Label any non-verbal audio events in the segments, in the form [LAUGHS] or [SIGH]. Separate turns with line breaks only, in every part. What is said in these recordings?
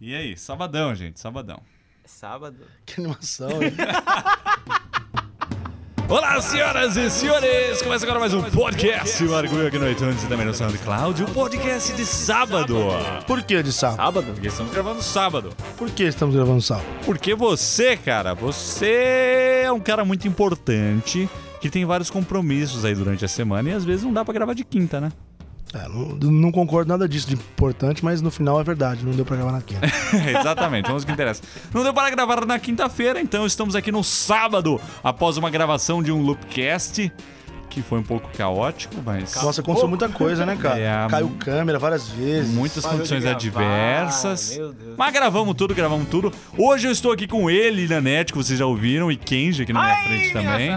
E aí, sabadão, gente, sabadão.
Sábado.
[LAUGHS] Que animação, hein?
Olá, senhoras e senhores! Começa agora mais um podcast Marco aqui no iTunes e também no SoundCloud, um podcast de sábado.
Por que de sábado?
Sábado?
Porque estamos gravando sábado.
Por que estamos gravando sábado?
Porque você, cara, você é um cara muito importante que tem vários compromissos aí durante a semana e às vezes não dá pra gravar de quinta, né?
É, não, não concordo nada disso de importante, mas no final é verdade, não deu pra gravar na [LAUGHS] quinta.
Exatamente, vamos ao que interessa. Não deu para gravar na quinta-feira, então estamos aqui no sábado, após uma gravação de um loopcast que foi um pouco caótico, mas
Nossa, aconteceu muita coisa, né, cara?
É, a-
Caiu câmera várias vezes.
muitas
Parou de
condições
gravar,
adversas.
meu Deus.
Mas gravamos tudo, gravamos tudo. Hoje eu estou aqui com ele, Nanete, que vocês já ouviram, e Kenji aqui na minha frente também.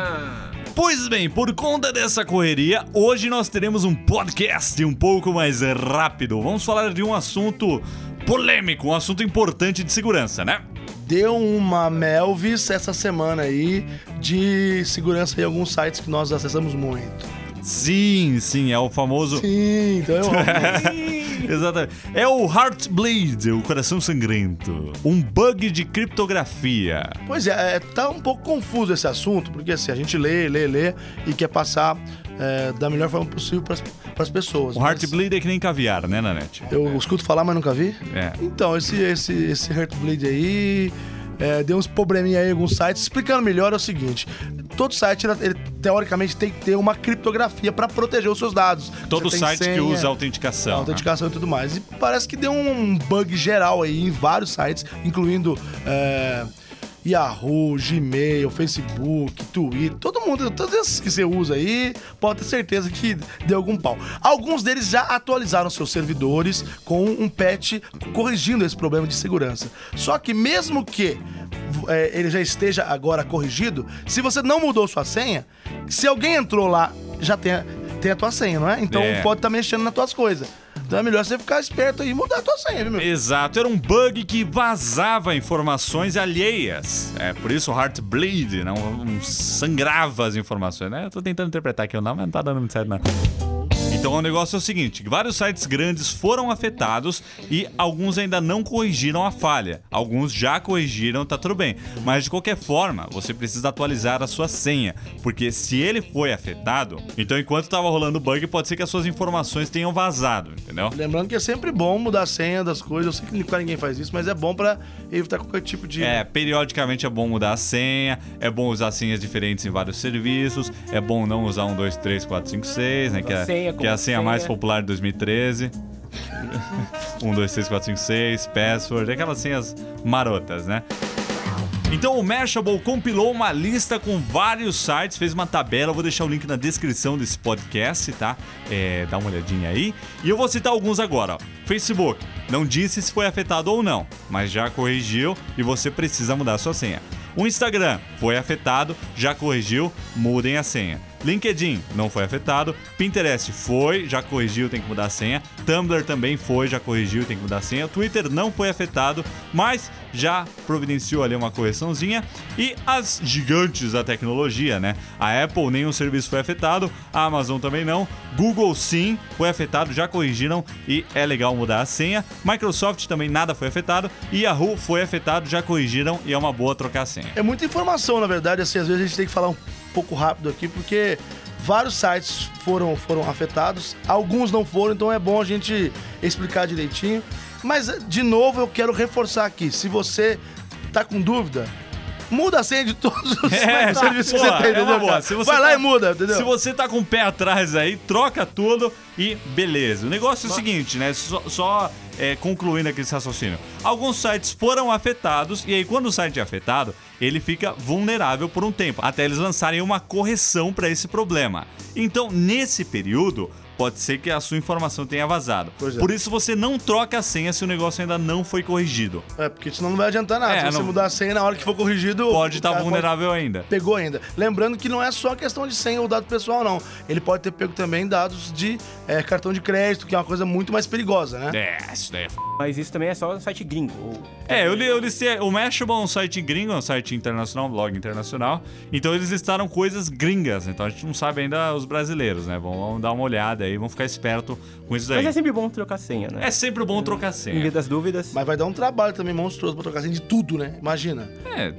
Pois bem, por conta dessa correria, hoje nós teremos um podcast um pouco mais rápido. Vamos falar de um assunto polêmico, um assunto importante de segurança, né?
Deu uma Melvis essa semana aí de segurança em alguns sites que nós acessamos [LAUGHS] muito.
Sim, sim, é o famoso.
Sim, então eu [LAUGHS]
[LAUGHS]
amo.
Exatamente. É o Heartblade, o coração sangrento. Um bug de criptografia.
Pois é, é, tá um pouco confuso esse assunto, porque assim, a gente lê, lê, lê e quer passar é, da melhor forma possível pras, pras pessoas.
O
mas
Heartblade é que nem caviar, né, Nanete?
Eu escuto falar, mas nunca vi.
É.
Então, esse, esse, esse Heartbleed aí é, deu uns probleminha aí em alguns sites. Explicando melhor é o seguinte: todo site, ele, ele, teoricamente, tem que ter uma criptografia para proteger os seus dados.
Todo
Você tem
site que
senha,
usa autenticação.
autenticação e tudo mais. E parece que deu um bug geral aí em vários sites, incluindo. é, Yahoo, Gmail, Facebook, Twitter, todo mundo, todos esses que você usa aí, pode ter certeza que deu algum pau. Alguns deles já atualizaram seus servidores com um patch corrigindo esse problema de segurança. Só que mesmo que é, ele já esteja agora corrigido, se você não mudou sua senha, se alguém entrou lá, já tem a, tem a tua senha, não é? Então
É.
pode tá mexendo nas tuas coisas. Então é melhor você ficar esperto aí e mudar a tua senha, viu, meu?
Exato, era um bug que vazava informações alheias. É, por isso o Heartbleed não, não Um, sangrava as informações, né? Eu tô tentando interpretar aqui o nome, mas não tá dando muito certo, não. Então o negócio é o seguinte: vários sites grandes foram afetados e alguns ainda não corrigiram a falha. Alguns já corrigiram, tá tudo bem. Mas de qualquer forma, você precisa atualizar a sua senha, porque se ele foi afetado, então enquanto tava rolando o bug, pode ser que as suas informações tenham vazado, entendeu?
Lembrando que é sempre bom mudar a senha das coisas. Eu sei que quase ninguém faz isso, mas é bom pra evitar qualquer tipo de.
É, periodicamente é bom mudar a senha, é bom usar senhas diferentes em vários serviços, é bom não usar 1, 2, 3, 4, 5, 6, né? Que é,
Senha
que é a
como
senha
senha.
mais popular de [LAUGHS] 2013. 1, 2, 3, 4, 5, 6, password, aquelas senhas marotas, né? Então o Mashable compilou uma lista com vários sites, fez uma tabela, eu vou deixar o link na descrição desse podcast, tá? É, dá uma olhadinha aí. E eu vou citar alguns agora, ó. Facebook, não disse se foi afetado ou não, mas já corrigiu e você precisa mudar a sua senha. O Instagram foi afetado, já corrigiu, mudem a senha. LinkedIn não foi afetado, Pinterest foi, já corrigiu, tem que mudar a senha. Tumblr também foi, já corrigiu, tem que mudar a senha. Twitter não foi afetado, mas já providenciou ali uma correçãozinha. E as gigantes da tecnologia, né? A Apple, nenhum serviço foi afetado, a Amazon também não. Google sim, foi afetado, já corrigiram e é legal mudar a senha. Microsoft também nada foi afetado. E Yahoo foi afetado, já corrigiram e é uma boa trocar a senha.
É muita informação, na verdade. Assim, às vezes a gente tem que falar um pouco rápido aqui, porque vários sites foram, foram afetados, alguns não foram, então é bom a gente explicar direitinho. Mas, de novo, eu quero reforçar aqui: se você tá com dúvida, muda a senha de todos
[LAUGHS]
os
É,
serviços
boa,
que você tem,
é uma
entendeu?
boa.
cara?
Se você
Vai lá
tá-
e muda, entendeu?
Se você tá com o pé atrás aí, troca tudo e beleza. O negócio é o seguinte, né? Só, só, é, concluindo aqui esse raciocínio. Alguns sites foram afetados, e aí quando o site é afetado, ele fica vulnerável por um tempo, até eles lançarem uma correção para esse problema. Então, nesse período, pode ser que a sua informação tenha vazado.
Pois é.
Por isso, você não troca a senha se o negócio ainda não foi corrigido.
É, porque senão não vai adiantar nada.
É,
Se você
não-
mudar a senha na hora que for corrigido.
Pode
o
estar
cara
vulnerável ainda.
Pegou ainda. Lembrando que não é só questão de senha ou dado pessoal, não. Ele pode ter pego também dados de é, cartão de crédito, que é uma coisa muito mais perigosa, né?
É, isso daí é f...
Mas isso também é só site gringo. ou-
É, eu, li, eu listei. O Mashable é um site gringo, é um site internacional, um blog internacional. Então eles listaram coisas gringas. Então a gente não sabe ainda os brasileiros, né? Vão, vão dar uma olhada aí, vão ficar esperto com isso daí.
assim-
Mas é sempre bom trocar senha, né?
É sempre bom trocar
Em vez
senha.
das dúvidas.
Mas vai dar um trabalho também monstruoso pra trocar assim de tudo, né? Imagina.
É,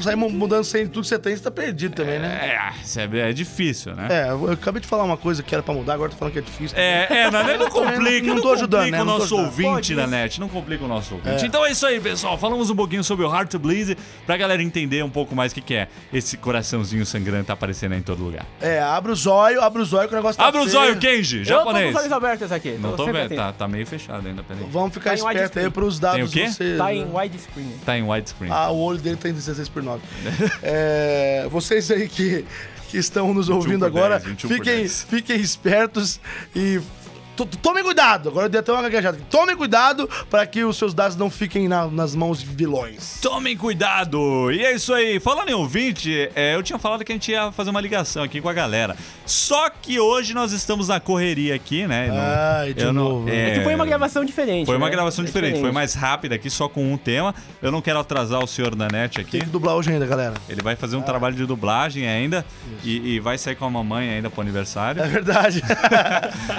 Sair mu- mudando sem tudo que você tem, você tá perdido também, né?
é, isso é- é difícil, né?
É, eu acabei de falar uma coisa que era pra mudar, agora tô falando que é difícil.
É, é, na net não
também não-
complica,
não
não
tô ajudando,
complica
né?
o
Não tô
nosso
ajudando.
ouvinte
Pode,
na
mas-
net, não complica o nosso ouvinte. Então é isso aí, pessoal. Falamos um pouquinho sobre o Hard to Bleed pra galera entender um pouco mais o que, que é esse coraçãozinho sangrando tá aparecendo aí em todo lugar.
É, abre o zóio, abre o zóio que o negócio tá
Abre o
feio.
zóio, Kenji,
Eu tô com
japonês.
os olhos abertos aqui.
Não tô
sempre
vendo,
atento.
tá, tá meio fechado ainda, peraí.
Vamos ficar
Tá em
esperto aí
widescreen.
pros dados
Tem o quê?
de vocês,
Tá
né?
em widescreen.
Tá em widescreen.
Ah, o olho dele tá em 16 por 9. É, vocês aí que, que estão nos ouvindo
um por
agora,
10, 21 por
fiquem,
10.
fiquem espertos e to- tomem cuidado. Agora eu dei até uma gaguejada. aqui. Tomem cuidado para que os seus dados não fiquem na- nas mãos de vilões.
Tomem cuidado! E é isso aí. Falando em ouvinte, é, eu tinha falado que a gente ia fazer uma ligação aqui com a galera. Só que hoje nós estamos na correria aqui, né? Não-
Ai, de
eu não-
novo.
é,
É que foi uma gravação diferente.
Foi uma
né?
gravação
É
diferente, foi mais rápida aqui, só com um tema. Eu não quero atrasar o senhor Nanete aqui.
Tem que dublar hoje ainda, galera.
Ele vai
Ah.
fazer um trabalho de dublagem ainda e, e vai sair com a mamãe ainda pro aniversário. [LAUGHS]
É verdade.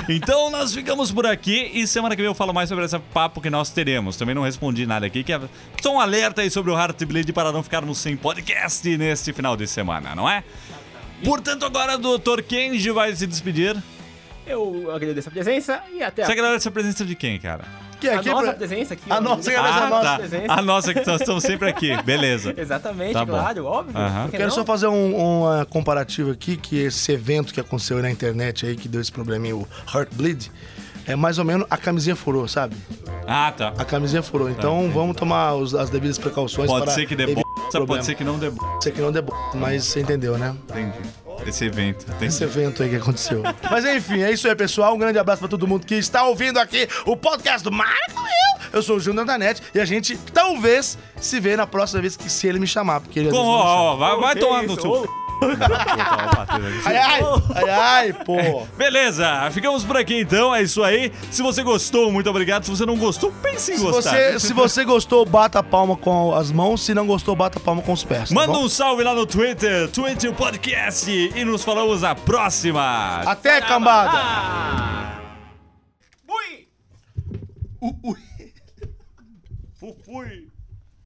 Então nós ficamos por aqui e semana que vem eu falo mais sobre esse papo que nós teremos. Também não respondi nada aqui, que é só um alerta aí sobre o Heartbleed para não ficarmos sem podcast neste final de semana, não é? Portanto, agora o Dr. Kenji vai se despedir.
Eu agradeço a presença e
É.
até a,
Você agradece a presença de quem, cara? Ah, tá.
Que
a
aqui é
nossa
pra-
presença aqui.
A
ó.
nossa,
Eu
agradeço
agradeço
a nossa
presença.
a nossa que nós estamos sempre aqui. Beleza.
Exatamente,
Tá bom.
claro, óbvio.
Aham.
por que
Quero
não?
só fazer um, uma comparativa aqui, que esse evento que aconteceu aí na internet aí, que deu esse probleminha, o Heartbleed, é mais ou menos a camisinha furou, sabe?
Ah, tá.
A camisinha furou. Então vamos tomar os- as devidas precauções.
Pode
para
ser que dê
evitar
bosta,
problema.
pode ser que não dê bosta.
Pode ser que não dê bo... mas você entendeu, né?
Entendi. Esse evento. Tem
Esse evento aí que aconteceu. mas enfim, é isso aí, pessoal. Um grande abraço pra todo mundo que está ouvindo aqui o podcast do Marco e eu. Eu sou o Júnior da Net e a gente talvez se vê na próxima vez que se ele me chamar, porque ele às
Como,
vezes não
ó, ó, vai,
Ô,
Ah, vai
que
tomar no
isso,
seu.
ô.
[LAUGHS] chama. Ai, ai, ai, ai,
[LAUGHS]
pô.
Beleza, ficamos por aqui então, é isso aí. Se você gostou, muito obrigado. Se você não gostou, pense em
Se
gostar.
você, se você gostou, bata a palma com as mãos. Se não gostou, bata a palma com os pés. tá
Manda
bom?
um salve lá no Twitter, Twitter Podcast, e nos falamos na próxima.
Até, cambada!
Fui!
Fui.